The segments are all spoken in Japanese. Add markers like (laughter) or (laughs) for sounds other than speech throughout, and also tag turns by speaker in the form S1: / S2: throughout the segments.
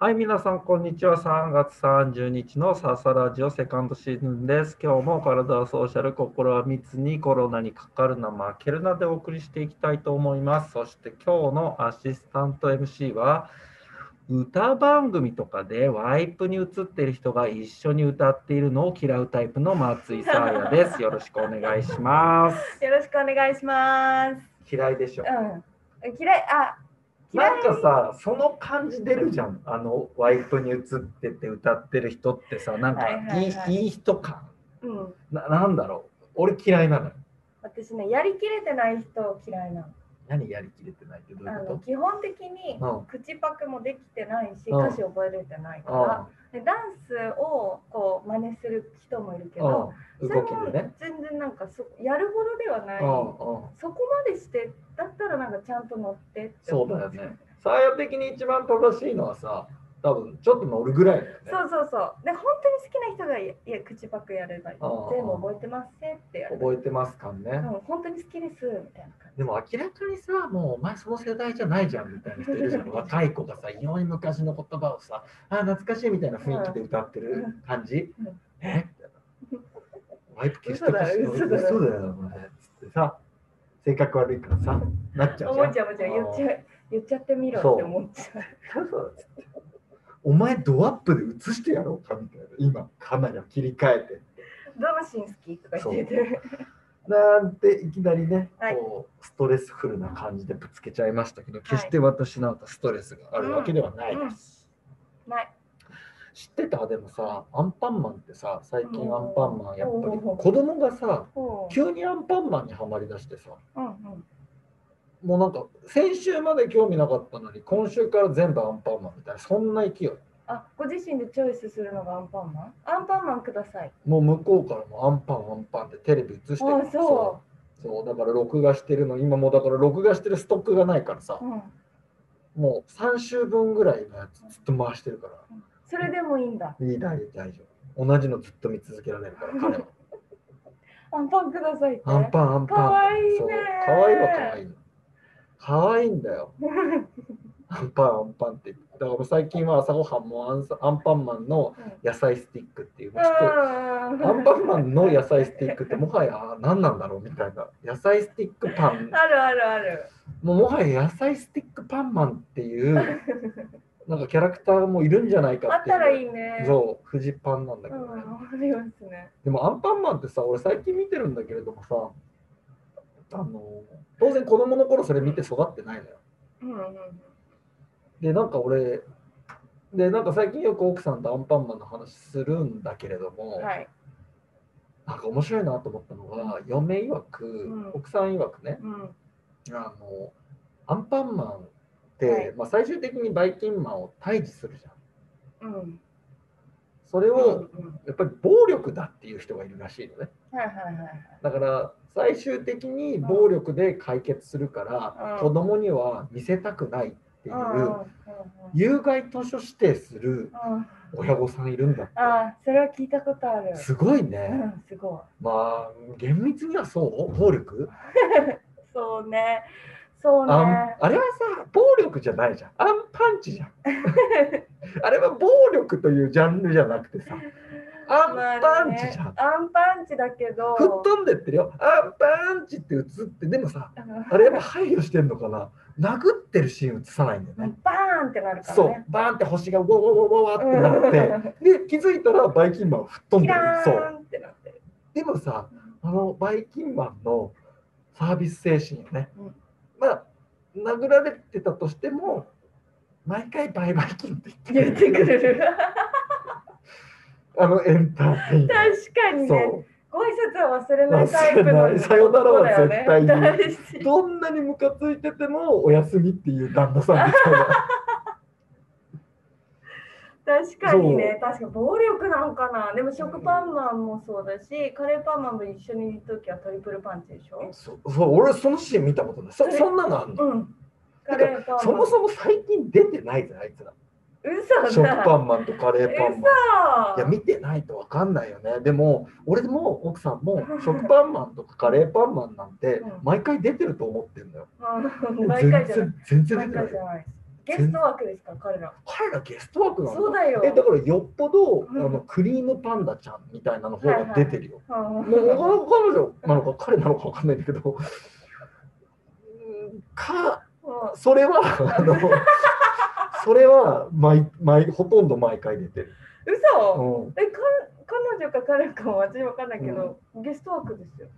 S1: はい、皆さん、こんにちは。3月30日のササラジオセカンドシーズンです。今日も体はソーシャル、心は密にコロナにかかるな、負けるなでお送りしていきたいと思います。そして今日のアシスタント MC は、歌番組とかでワイプに映っている人が一緒に歌っているのを嫌うタイプの松井さやです。よろしくお願いします。
S2: よろしくお願いします。
S1: 嫌いでしょ。
S2: うん。嫌い、あ、嫌い
S1: なんかさ、その感じ出るじゃん。あの、ワイプに映ってて歌ってる人ってさ、なんか
S2: はい
S1: いい,、
S2: はい
S1: い
S2: はい
S1: 人感
S2: うん。
S1: な。なんだろう。俺嫌いなのよ。
S2: 私ね、やりきれてない人嫌いなの。
S1: 何やりきれてないってどうい
S2: あ
S1: う
S2: の
S1: こ
S2: 基本的に
S1: うん
S2: 口パクもできてないし、
S1: うん
S2: 歌詞覚えれてないか
S1: と
S2: ら、でダンスをこう真似する人もいるけ
S1: うん
S2: ど、
S1: うん
S2: それ
S1: 動
S2: も
S1: きでね。
S2: 全然なんかそやるほどではない。
S1: うんうん
S2: そこまでしてだったらなんかちゃんと乗ってって
S1: そうだよね。さあや的に一番正しいのはさ、多分ちょっと乗るぐらいだよね。
S2: そうそうそう。で本当に好きな人がいやいや口パクやればいい
S1: うん。
S2: 全部覚えてますねってやればいい
S1: 覚えてますかね。
S2: うん、本当に好きですみたいな感じ。
S1: でも明らかにさ、もうお前その世代じゃないじゃんみたいな人いる
S2: (laughs)
S1: じゃん。若い子がさ、非常に昔の言葉をさ、あー懐かしいみたいな雰囲気で歌ってる感じ
S2: うんうん。
S1: えみたいなワイプ消して消して
S2: 嘘だよ
S1: 嘘だよ、お前。つってさ、性格悪いからさ、なっちゃうじ
S2: 思
S1: ゃ
S2: っ
S1: ん。
S2: ちゃう、思っちゃう、言っちゃう、言っちゃってみろって思っちゃう。
S1: そうつってお前ドアップで映してやろうかみたいな。今、カメラ切り替えて。
S2: どのシーン好きとか言ってて。
S1: なんていきなりね、
S2: はい
S1: こうストレスフルな感じでぶつけちゃいましたけど、決して私なんかストレスがあるわけではないです。
S2: (laughs) ない。
S1: 知ってたでもさ、アンパンマンってさ、最近アンパンマンやっぱり
S2: う
S1: 子
S2: ん
S1: 供がさ、
S2: ほう。
S1: 急にアンパンマンにはまりだしてさ、
S2: うんうん。
S1: もうなんか先週まで興味なかったのに、今週から全部アンパンマンみたいな、そんな勢い。
S2: あ、ご自身でチョイスするのがアンパンマン。アンパンマンください。
S1: もう向こうからもアンパンアンパンってテレビ映してる
S2: あそ
S1: そうだから録画してるの今もうだから録画してるストックがないからさ、
S2: う。うん。
S1: もう3週分ぐらいのやつずっと回してるから、
S2: それでもいいんだ。
S1: いい大大丈夫。同じのずっと見続けられるから、彼
S2: (laughs)
S1: は。
S2: アンパンくださいって。
S1: アンパン、アンパン。
S2: かわいいね
S1: そう、かわいいわ、かわいいの。かわいいんだ
S2: (laughs)
S1: よ。アンパン、アンパンって。だから最近は朝ごはんもアンサアンパンマンの
S2: うん
S1: 野菜スティックっていう、もうちょっと
S2: うん。
S1: アンパンマンの野菜スティックってもはや何なんだろうみたいな。野菜スティックパン。
S2: あるあるある。
S1: もうもはや野菜スティックパンマンって
S2: (laughs)
S1: いう、なんかキャラクターもいるんじゃないか
S2: あ
S1: っ
S2: って
S1: いう。
S2: たらいいね。
S1: そう、フジパンなんだけ
S2: う
S1: どね。
S2: ん、ありますね。
S1: でもアンパンマンってさ、俺最近見てるんだけれどもさ、あの当然子供の頃それ見て育ってないのよ。
S2: うんうん
S1: で、なんか俺、で、なんか最近よく奥さんとアンパンマンの話するんだけれども、
S2: うん。はい。
S1: なんか面白いなと思ったのが、嫁曰く、
S2: うん
S1: 奥さん曰くね、
S2: うん。
S1: あのアンパンマンって、
S2: はい
S1: まあ、最終的にバイキンマンを退治するじゃん。
S2: うん。
S1: それ
S2: うん
S1: を、
S2: うん。
S1: やっぱり暴力だっていう人がいるらしいのね。
S2: はいはいはいはい。
S1: だから最終的に暴力で解決するから、
S2: うん
S1: 子供には見せたくないってい
S2: うんうんうん
S1: う、有害図書指定する
S2: うん。うん
S1: 親御さんいるんだって
S2: ああ、それは聞いたことある。
S1: すごいうね、
S2: ん、すご
S1: まあ厳密にはそう暴力、
S2: い。そうね。そうね。
S1: あんあれはさ暴力じゃないじゃんアンパンチ
S2: (laughs)
S1: じゃんあれは暴力というジャンルじゃなくてさアンパンチじゃん、
S2: まあねアンパンチだけど。
S1: 吹っ飛んでってるよアンパンチって映ってでもさ
S2: うん
S1: あれは配慮してんのかな殴ってるシーン映さないんだよね
S2: バーンってなるから
S1: そう
S2: ね。、
S1: バーンって星がウォーウォーウォーウォーってなって、で、気づいたらバイキンマン吹っ飛ん
S2: キ
S1: でる
S2: ラ。
S1: そ
S2: ー
S1: う。
S2: ンってなってる。
S1: でもさ、あのバイキンマンのサービス精神ね、
S2: うん
S1: まあ、殴られてたとしても、毎回バイバイキンって言
S2: 言
S1: っ
S2: ってて
S1: く
S2: く
S1: れる。(laughs)
S2: れる。
S1: あのエンターテインメン
S2: 確かに
S1: ト。そ
S2: ね。
S1: う。
S2: ご挨拶は忘れないタイプ
S1: 忘れな
S2: の。
S1: いさよならは絶対に
S2: そうだよね大事
S1: どんなにムカついてても、お休みっていう旦那さんみたい
S2: (laughs)
S1: な。
S2: 確かにね、確かに暴力なんかな。でも食パンマンもそうだし、カレーパンマンも一緒にいるときはトリプルパンチでしょ。
S1: そう、そう俺そのシーン見たことない。そそんなのあんの
S2: うん。カレーパンマン。
S1: そもそも最近出てないぜ、あいつら。
S2: 嘘
S1: 食
S2: だ。
S1: パンマンとカレーパンマン。いや
S2: 嘘
S1: 見てないとわかんないよねでも俺も奥さんも食パンマンとかカレーパンマンなんて
S2: うん
S1: 毎回出てると思ってるのよ
S2: うん毎
S1: 全
S2: 回じゃない。
S1: 然全然
S2: 毎
S1: 出てな
S2: 回
S1: い
S2: じゃない。ゲスト枠ですか、彼ら。
S1: 彼らゲストワークなの
S2: そうだよ。
S1: えだからよっぽど、
S2: うん
S1: あのクリームパンダちゃんみたいなの方が出てるよ。
S2: はあはあ
S1: ななかなか彼女なのか彼なのかわかんないんだけど、うんか
S2: も
S1: それはあのそれは毎毎ほとんど毎回出てる。
S2: う
S1: う
S2: 嘘
S1: ん、
S2: え、か彼女か彼かも私わかんないけど、ゲスト枠ですよ。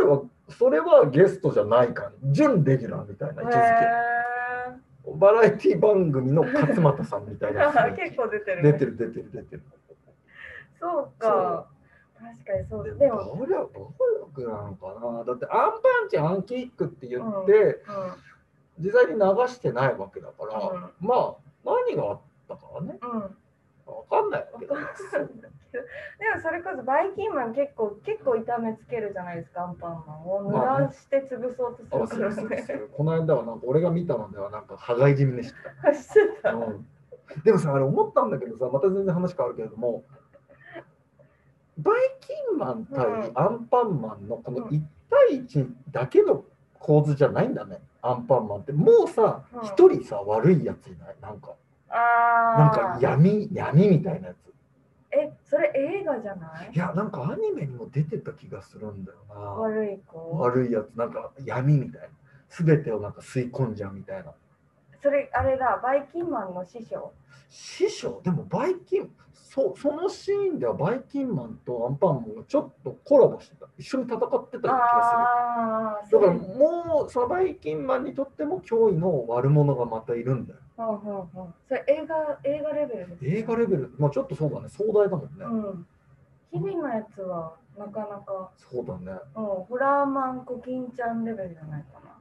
S1: 彼はそれはゲストじゃないから準レギュラーみたいな位置づけ。
S2: へ
S1: バラエティ番組の勝俣さんみたいなやつ (laughs)
S2: ー (laughs) 結構出てる、
S1: 出てる出てる出てる。
S2: そうか。確かにそう
S1: で
S2: で
S1: も
S2: す。でも、
S1: 暴力暴力なのかなだってアンパンチアンキックって言って、
S2: うん。うん
S1: 実際に流してないわけだから、まあ何があったかはね
S2: うん
S1: わかんないわけだ
S2: でもそれこそバイキンマン結構結構痛めつけるじゃないですかアンパンマンを無
S1: まあね
S2: 断して潰そうと
S1: あ
S2: す
S1: そう
S2: る
S1: そ
S2: か
S1: う
S2: らね。
S1: そうこの間はなんか俺が見たのではなんか羽交い締めにして
S2: して
S1: た、
S2: た。うん
S1: うんでもさあれ思ったんだけどさまた全然話変わるけれどもバイキンマン対アンパンマンのこの1対1だけの構図じゃないんだねアンパンマンってもうさ
S2: うん
S1: 一、人さ悪いやついないなんかなん
S2: あ
S1: か
S2: あ。
S1: 闇闇みたいなやつ
S2: えそれ映画じゃない
S1: い？やなんかアニメにも出てた気がするんだよな
S2: 悪い子。
S1: 悪いやつなんか闇みたいな全てをなんか吸い込んじゃうみたいな
S2: それあれだバイキンマンの師匠。
S1: 師匠でもバイキンそうそのシーンではバイキンマンとアンパンマンがちょっとコラボしてた一緒に戦ってた気が
S2: ああ
S1: するだから
S2: うんうん
S1: もうそのバイキンマンにとっても脅威の悪者がまたいるんだよ
S2: うん。それ映画映画レベルですね
S1: 映画レベルまあちょっとそうだね壮大だもんね、
S2: うん。日々のやつはなかなか、
S1: そうだね
S2: うん、ホラーマンコキンちゃんレベルじゃないかな。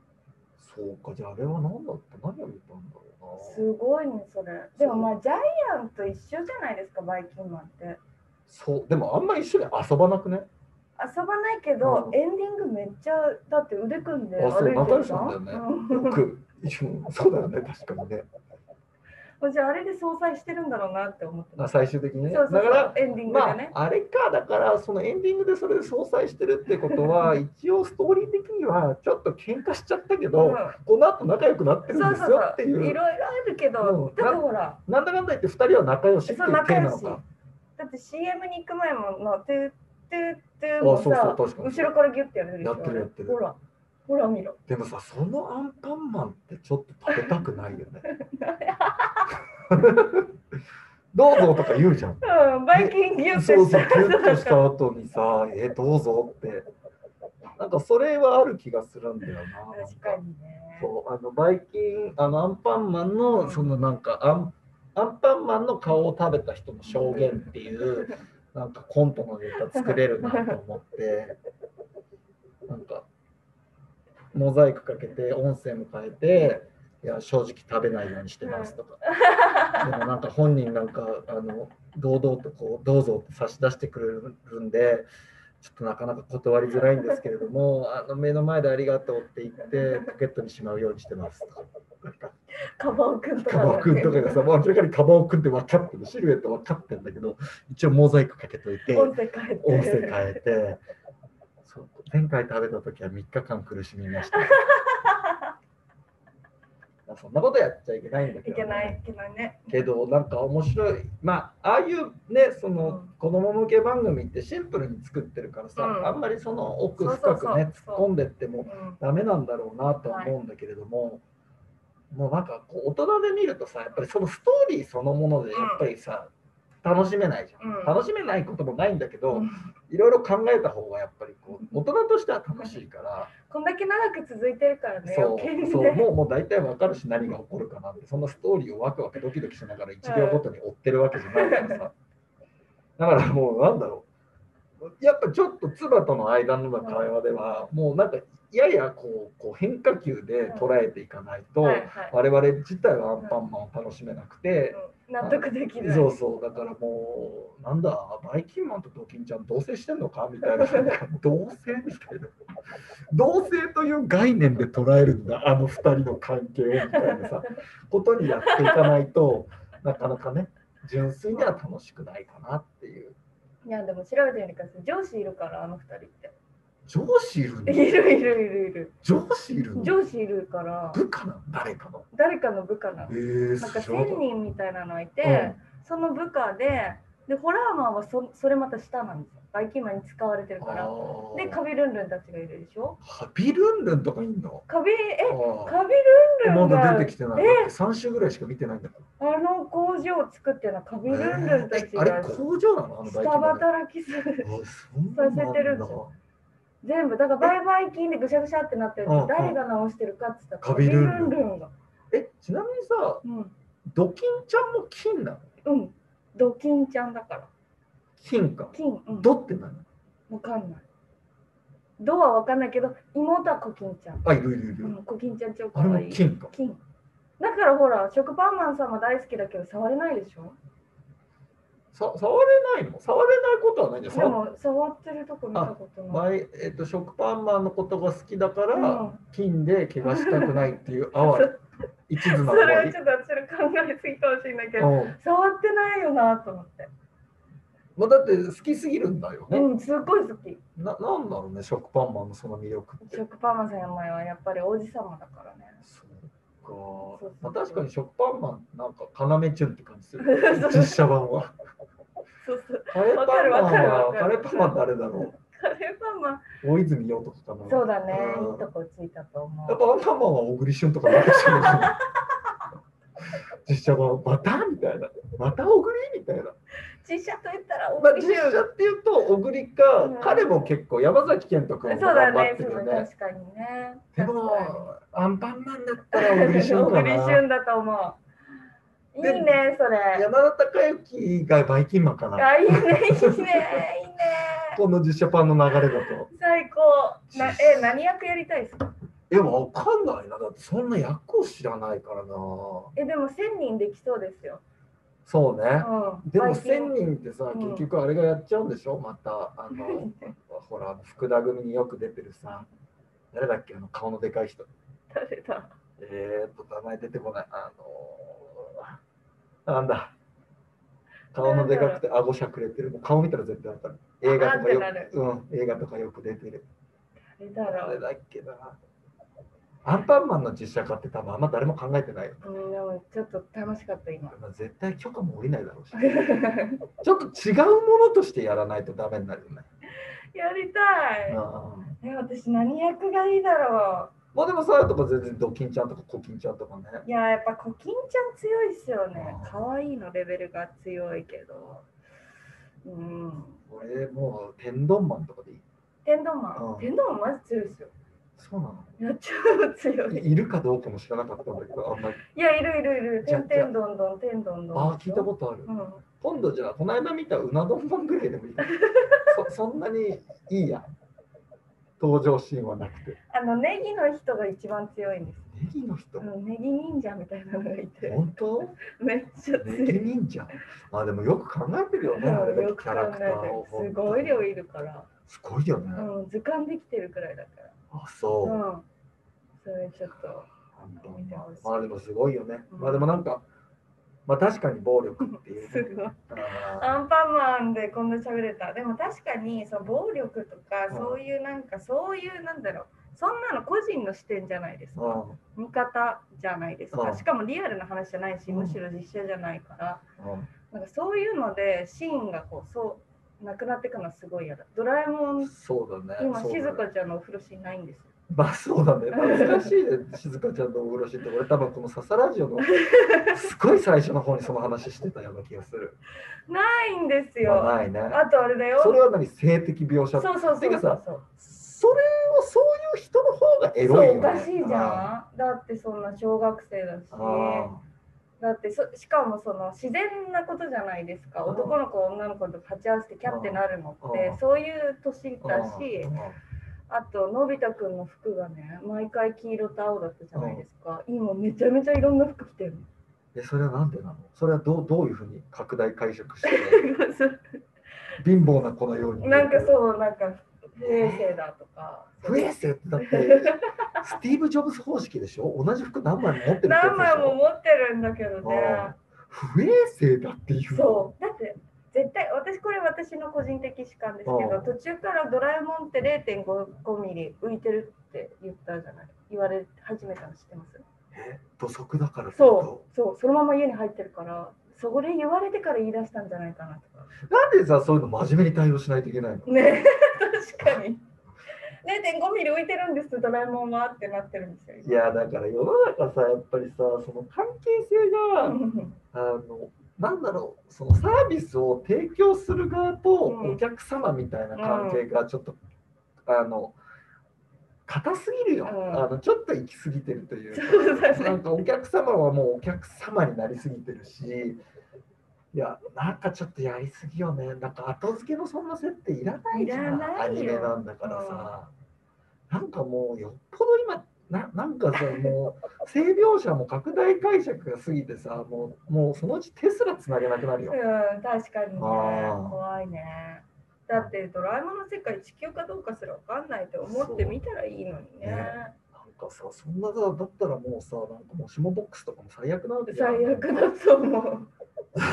S1: そうかじゃああれは何だった何を見たんだろうな
S2: すごいね、それ。でもまあ、ジャイアンと一緒じゃないですか、バイキンマンって。
S1: そうでもあんま一緒に遊ばなくね
S2: 遊ばないけど
S1: う、ん
S2: エンディングめっちゃ、だって腕組んで
S1: あそう
S2: 歩いて
S1: 仲良
S2: る
S1: し
S2: じゃ
S1: なん
S2: ん。
S1: だよね
S2: うん
S1: よく一緒に (laughs) そうだよね確かにね
S2: もうじゃあ、あれで相殺してるんだろうなって思って
S1: まあ
S2: ます。
S1: 最終的にね
S2: そうそう
S1: だか
S2: そう、エンディング
S1: ら
S2: でね。
S1: まああれかだからそのエンディングでそれで相殺してるってことは一応ストーリー的にはちょっと喧嘩しちゃったけど、
S2: うん
S1: この後仲良くなってる
S2: そ
S1: ん
S2: う
S1: です
S2: そう
S1: よ
S2: そう
S1: って
S2: い
S1: いう
S2: ろいろあるけ
S1: う
S2: ど
S1: ん
S2: だってほら
S1: なんだかんだ言って2人は仲良しっていう
S2: そう仲
S1: 体
S2: 良
S1: な
S2: し
S1: の
S2: (laughs)
S1: か
S2: だって CM に行く前ものトゥートゥートゥー
S1: あ
S2: も
S1: そうそう
S2: さ
S1: 確かに
S2: 後ろからギュッてやるでしょ
S1: やってるやってる
S2: ほらほら見ろ
S1: でもさそのアンパンマンってちょっと食べたくないよ
S2: (laughs)
S1: ねどうぞとか言うじゃん
S2: うんバイキンギュッて
S1: そう
S2: し
S1: そう、
S2: た
S1: キュッとした後にさ、え、どうぞって。なんかそれはある気がするんだよな。
S2: 確かにね
S1: そう、あの、バイキン、あの、アンパンマン
S2: う
S1: の、
S2: ん
S1: そのなんか、アン、アンパンマンの顔を食べた人の証言っていう、
S2: (laughs)
S1: なんかコントのネタ作れるなと思って、なんか、モザイクかけて、音声も変えて、いや、正直食べないようにしてますとか。
S2: (laughs)
S1: でもなんか本人なんかあの堂々とこうどうぞって差し出してくれるんでちょっとなかなか断りづらいんですけれどもあの目の前でありがとうって言ってポケットにしまうようにしてますとかなんか
S2: カバオくんとか
S1: カバオくんとかがさもう明らかにカバオくんって分かってるシルエット分かってるんだけど一応モザイクかけといて
S2: 音
S1: 音
S2: 声変えて
S1: 声変えてそう前回食べた時は3日間苦しみました
S2: (laughs)
S1: そんなことやっちゃいけないんだけ
S2: い
S1: ど
S2: け
S1: ね、
S2: ないいけないね
S1: けどなんか面白いまあああいうねその
S2: うん
S1: 子供向け番組ってシンプルに作ってるからさ、
S2: うん
S1: あんまりその奥
S2: そう
S1: 深
S2: そう
S1: く
S2: そう
S1: ね突っ込んでって
S2: う
S1: も
S2: ん
S1: ダメなんだろうなとは思うんだけれども、もうなんかこう大人で見るとさやっぱりそのストーリーそのものでやっぱりさ、楽しめないじゃん。
S2: うん
S1: 楽しめないこともないんだけ
S2: う
S1: ど
S2: ん
S1: いろいろ考えた方がやっぱりこう大人としては楽しいから
S2: こんだけ長く続いてるからね
S1: そ
S2: 余計
S1: う
S2: に
S1: そう
S2: ね
S1: もうもう大体わかるし何が起こるかなってそのストーリーをワクワクドキドキしながら1秒ごとに追ってるわけじゃないから
S2: (laughs)
S1: さだからもうなんだろうやっぱちょっと妻との間の会話ではもうなんかややこうこう変化球で捉えていかないと
S2: はいはい
S1: 我々自体はアンパンマンを楽しめなくて
S2: うん納得できない
S1: そうそうだからもうなんだバイキンマンとドキンちゃん同棲してんのかみたいななんか同棲みたいな同棲という概念で捉えるんだあの二人の関係をみたいなさことにやっていかないとなかなかね純粋には楽しくないかなっていう
S2: いやでも調べてみてください上司いるからあの二人って
S1: 上司いる
S2: い
S1: の
S2: るいるいるいる。
S1: 上司いるの
S2: 上司いるから、
S1: 部下なの誰かの
S2: 誰かの部下な
S1: え
S2: の。
S1: ー、
S2: なんか
S1: 知らなかっ
S2: 1000人みたいなのがいて、
S1: うん
S2: その部下で、で、ホラーマンはそそれまた下なんですよ。バイキンマンに使われてる
S1: た
S2: から。
S1: あー
S2: で、カビルンルンたちがいるでしょ。
S1: ハビルンルンとかいんの
S2: カビ、え、
S1: あ
S2: カビル
S1: あ
S2: ンル
S1: ま
S2: ンが、
S1: だ出てきてない。だって3週ぐらいしか見てないんだから。
S2: あの工場を作ってるのはカビルンルンたち
S1: えーあれ
S2: が
S1: 工場なのあのバイキン
S2: 下
S1: マンで
S2: 働きする。
S1: あそんなんなん
S2: させてるん
S1: だ
S2: ですよ全部だから売買金でぐしゃぐしゃってなってる
S1: うんう
S2: の
S1: ん
S2: 誰が直してるかって言ったら
S1: カビルンルン
S2: カビンが
S1: え、ちなみにさ、
S2: うん、
S1: ドキンちゃんも金なの
S2: うん、ドキンちゃんだから
S1: 金か。
S2: 金うん
S1: ドって何
S2: わかんないドはわかんないけど妹はコキンちゃん、
S1: あ、いるいるいうる。
S2: ん、コキンちゃん超
S1: あ
S2: 可
S1: れ
S2: 愛
S1: も
S2: い
S1: 金か。
S2: 金だからほら食パンマンさんも大好きだけど触れないでしょ
S1: さ触れないの触れないことはないじゃん。
S2: で
S1: 触
S2: も触ってるとこ見たことない
S1: 前えっと、食パンマンのことが好きだか
S2: う
S1: ら、
S2: ん
S1: 金で怪我したくないっていう哀
S2: (laughs)
S1: れ一途な
S2: それ
S1: 哀
S2: は
S1: れ
S2: ちょっと私の考えすぎかもしれないけど
S1: うん
S2: 触ってないよなと思って、
S1: まあ、だって好きすぎるんだよね。
S2: うんすっごい好き
S1: ななんだろうね、食パンマンのその魅力って。
S2: 食パンマンさんの前はやっぱり王子様だからね
S1: そう
S2: そう
S1: か
S2: そう。。
S1: まあ、確かに食パンマンなんか要チュンって感じする
S2: (laughs)
S1: 実写版は。
S2: そうそう
S1: カレーパンマン
S2: わかるわ
S1: は、
S2: か
S1: カレ
S2: る
S1: ーパンマン誰だろ
S2: カレーパンマン
S1: う大泉洋とかかな。
S2: そうだね
S1: うん
S2: いいとこついたと思
S1: やっ
S2: う
S1: ぱアンパンマンは小栗旬とかなんかしてる
S2: (laughs)
S1: から。実写版、またみたいな。また小栗みたいな。
S2: 実写と言ったら
S1: まあ
S2: 王、子
S1: 実写っていうと小栗か
S2: うん、
S1: 彼も結構山崎賢人
S2: そう
S1: 君も
S2: だ
S1: 頑張
S2: ね
S1: って
S2: そ
S1: るよ
S2: う
S1: ね。
S2: だ確かにね
S1: でも、アンパンマンだったら小栗旬
S2: (laughs) 小
S1: だ
S2: 栗
S1: な。
S2: 旬だと思ういい
S1: で
S2: ねそれ
S1: 山田孝之がバイキンマンかな。
S2: あいいねいいね
S1: (laughs)
S2: いいね
S1: この実写版の流れだと。
S2: 最高なえ何役やりたいですか
S1: え、わかんないな。だってそんな役を知らないからな。
S2: えでも1000人できそうですよ、
S1: そうね。
S2: うん、
S1: でも
S2: バイキ
S1: 1000
S2: ン
S1: 人ってさ、
S2: うん
S1: 結局あれがやっちゃうんでしょまた、あ
S2: (laughs)
S1: の、ほら、福田組によく出てるさ、誰だっけ、あの顔のでかい人。
S2: 誰だ
S1: えーっと、名前出てこない。あのー、なんだ。顔のでかくて顎しゃくれてる。もう顔見たら絶対わかる。映画とかよ
S2: あーってなる
S1: く、うん、映画とかよく出てる。
S2: 誰だ
S1: あ
S2: ろ
S1: れ
S2: う
S1: だっけな。アンパンマンの実写化って多分あんま誰も考えてないよ。
S2: うんでもちょっと楽しかった今
S1: まあ絶対許可も下りないだろうし。ちょっと違うものとしてやらないとダメになるよね。
S2: やりたい
S1: うん
S2: え私何役がいいだろ
S1: まあでもさ、とか全然ドキンちゃんとかコキンちゃんとかね。
S2: ういややっぱコキンちゃん強いっすよね
S1: あー
S2: 可愛いのレベルが強いけどうん
S1: 俺もう天丼マンとかでいい。
S2: 天丼マ
S1: うん
S2: ン天丼マンマジ強いっすよ
S1: そうなの
S2: いや超強い
S1: いいるかどうかも知らなかったんだけど、あんまり。
S2: いやいるいるいる
S1: じゃあ
S2: 天天丼丼天丼丼
S1: ああ、聞いたことある。
S2: うん
S1: 今度じゃあ、この間見たうな丼版ぐらいでもいい。そそんなにいいや。登場シーンはなくて。
S2: あのネギの人が一番強いんです
S1: ネギの人
S2: あ、のネギ忍者みたいなのがいて
S1: 本当
S2: めっ
S1: (laughs)
S2: ちゃ強
S1: ネギ
S2: い
S1: 忍者。まあでもよく考えてるよね、あれ
S2: うん
S1: だ
S2: よ
S1: け
S2: く
S1: キ
S2: 考
S1: ャラク
S2: え
S1: タ
S2: て
S1: ーを。
S2: るすごい量いるから
S1: すごいよね。
S2: うん図鑑できてるくらいだから
S1: あ、そう。
S2: うんそれちょっと
S1: うんまあでもすごいよね。
S2: うん
S1: まあでもなんか、まあ確かに暴力っていう
S2: す
S1: ね。
S2: ごい
S1: あ
S2: アンパンマンでこんな喋れたでも確かにその暴力とか
S1: うん
S2: そういうなんかそういうなんだろうそんなの個人の視点じゃないです
S1: ー
S2: か
S1: う
S2: 見方じゃないです
S1: う
S2: か
S1: ん
S2: しかもリアルな話じゃないし
S1: うん
S2: むしろ実写じゃないから
S1: んうん
S2: なんかそういうのでシーンがこうそうなくなってくのはすごい嫌だドラえもん
S1: そうだね。
S2: 今
S1: そうだね
S2: 静香ちゃんのお風呂シーンないんですよ
S1: まあそうだね。懐かしいね。静香ちゃんのお風呂シーンって、俺多分このササラジオのすごい最初の方にその話してたような気がする。
S2: ないんです
S1: ま
S2: よ
S1: あないね。
S2: あとあれだよ
S1: それは何性的描写
S2: そうそうそう
S1: て
S2: そ
S1: か
S2: う
S1: さ
S2: そう
S1: それをそういう人の方がエ
S2: そ
S1: ロいよ、
S2: う
S1: ね。
S2: おかしいじゃんだってそんな小学生だし
S1: あー。
S2: だってそしかもその自然なことじゃないですか
S1: うん
S2: 男の子女の子と鉢合わせてキャッてなるのって
S1: うん
S2: そういう年
S1: あ
S2: だ
S1: ー
S2: しあとのび太くんの服がね毎回黄色と青だったじゃないですか今めちゃめちゃいろんな服着てる
S1: (laughs)
S2: の
S1: えそれはなんでなのそれはどうどういうふうに拡大解釈して貧乏な子のように
S2: なんかそうなんか不衛生だとか
S1: 不衛生ってだ (laughs) ってスティーブ・ジョブズ方式でしょ同じ服何枚も持ってるってやつでしょ
S2: 何枚も持ってるんだけどね
S1: あー不衛生だっていうの
S2: そうだって絶対私これ私の個人的主観ですけ
S1: う
S2: ど
S1: ん
S2: 途中からドラえもんって0.5ミリ浮いてるって言ったじゃない言われ始めたの知ってます
S1: え土足だからってこ
S2: そうそうそのまま家に入ってるからそこで言われてから言い出したんじゃないかなとか
S1: となんでさそういうの真面目に対応しないといけないの
S2: ね (laughs) 確かに0.5ミリ浮いてるんですドラえもんはってなってるんですよ
S1: いやだから世の中さやっぱりさその関係性が、
S2: 今
S1: あのなんだろうそのサービスを提供する側と
S2: うん
S1: お客様みたいな関係がちょっと、あの硬すぎるよ、
S2: うん
S1: あのちょっと行き過ぎてるというか
S2: (laughs) そうだ
S1: (laughs)
S2: ね
S1: なんかお客様はもうお客様になりすぎてるしいやなんかちょっとやりすぎよねなんか後付けのそんな設定いらないじゃ
S2: いらな
S1: ん
S2: いよ
S1: アニメなんだからさ、なんかもうよっぽど今ななんかさもう性描写も拡大解釈が過ぎてさもうもうそのうち手すらつなげなくなるよ。
S2: うん確かにね
S1: あー
S2: 怖いねだってドラえもんの世界地球かどうかすら分かんないと思って見たらいいのに
S1: ね
S2: ね
S1: なんかさそんなさだったらもうさなんかもう下ボックスとかも最悪なわけじゃん
S2: 最悪だと思う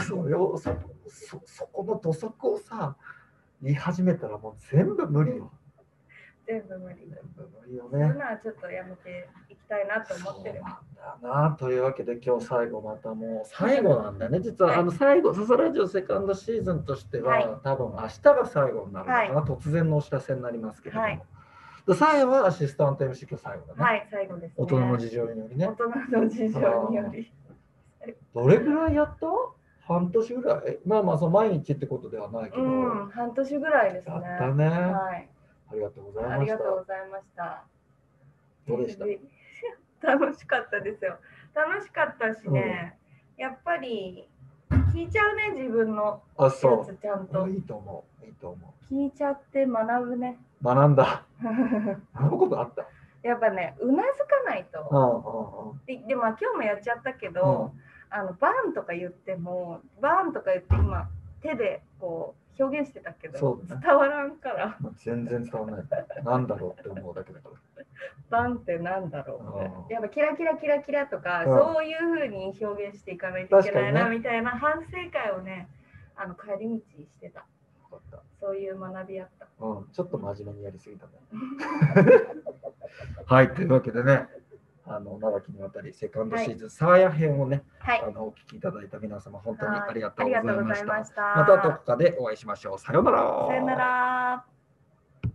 S1: それをそそそこの土足をさ言い始めたらもう全部無理よ。
S2: 全部無理
S1: 全部無理よ
S2: そういう
S1: ね。
S2: のはちょっとやめていきたいなと思って
S1: そ
S2: る
S1: うなんだなというわけで今日最後またもう最後なんだね実は、
S2: はい
S1: あの最後「ササラジオセカンドシーズン」としては、
S2: はい
S1: 多分明日が最後になるのかな、突然のお知らせになりますけれども、
S2: はい
S1: で最後はアシスタント MC 今日最後だね、
S2: はい最後です、ね、
S1: 大人の事情によりね
S2: 大人の事情により
S1: どれぐらいやった半年ぐらいまあまあその毎日ってことではないけ
S2: う
S1: ど、
S2: ん半年ぐらいですね
S1: やったね、
S2: はい
S1: ありがとうございま
S2: あり
S1: し
S2: が
S1: た
S2: とうございました
S1: どうでした
S2: (laughs) 楽しかったですよ楽しかったしね、やっぱり聞いちゃうね自分の
S1: あ
S2: や
S1: そう
S2: つちゃんと
S1: いいと思ういいと思
S2: 聞いちゃって学ぶね (laughs)
S1: う学んだ学ぶことあった
S2: やっぱねうなずかないと
S1: うんうんうん
S2: ででも今日もやっちゃったけ
S1: うん
S2: ど、あのバーンとか言ってもバーンとか言って今手でこう表現してたけど
S1: そうだね
S2: 伝わらんから
S1: まあ全然伝わらない。なんだろうって思うだけだから。
S2: バーンってなんだろうみたいな
S1: あー
S2: やっぱキラキラキラキラとか、
S1: うん
S2: そういう風に表現していかないといけない
S1: 確
S2: な、
S1: か
S2: みたいな反省会をねあの帰り道してた
S1: よかっ
S2: そういう学びあった
S1: た。うん、ちょっと真面目にやりす (laughs) ぎたね。はい、というわけでね、あの長きにわたりセカンドシーズン、サーヤ編をね、
S2: はい
S1: あのお聞きいただいた皆様、本当に
S2: はい
S1: ありがと
S2: あ
S1: う
S2: り
S1: ござ
S2: が
S1: い
S2: とうご
S1: まし
S2: ざい
S1: た。
S2: ま
S1: ま
S2: した
S1: たどこかでお会いしましょう。さようなら。
S2: さよなら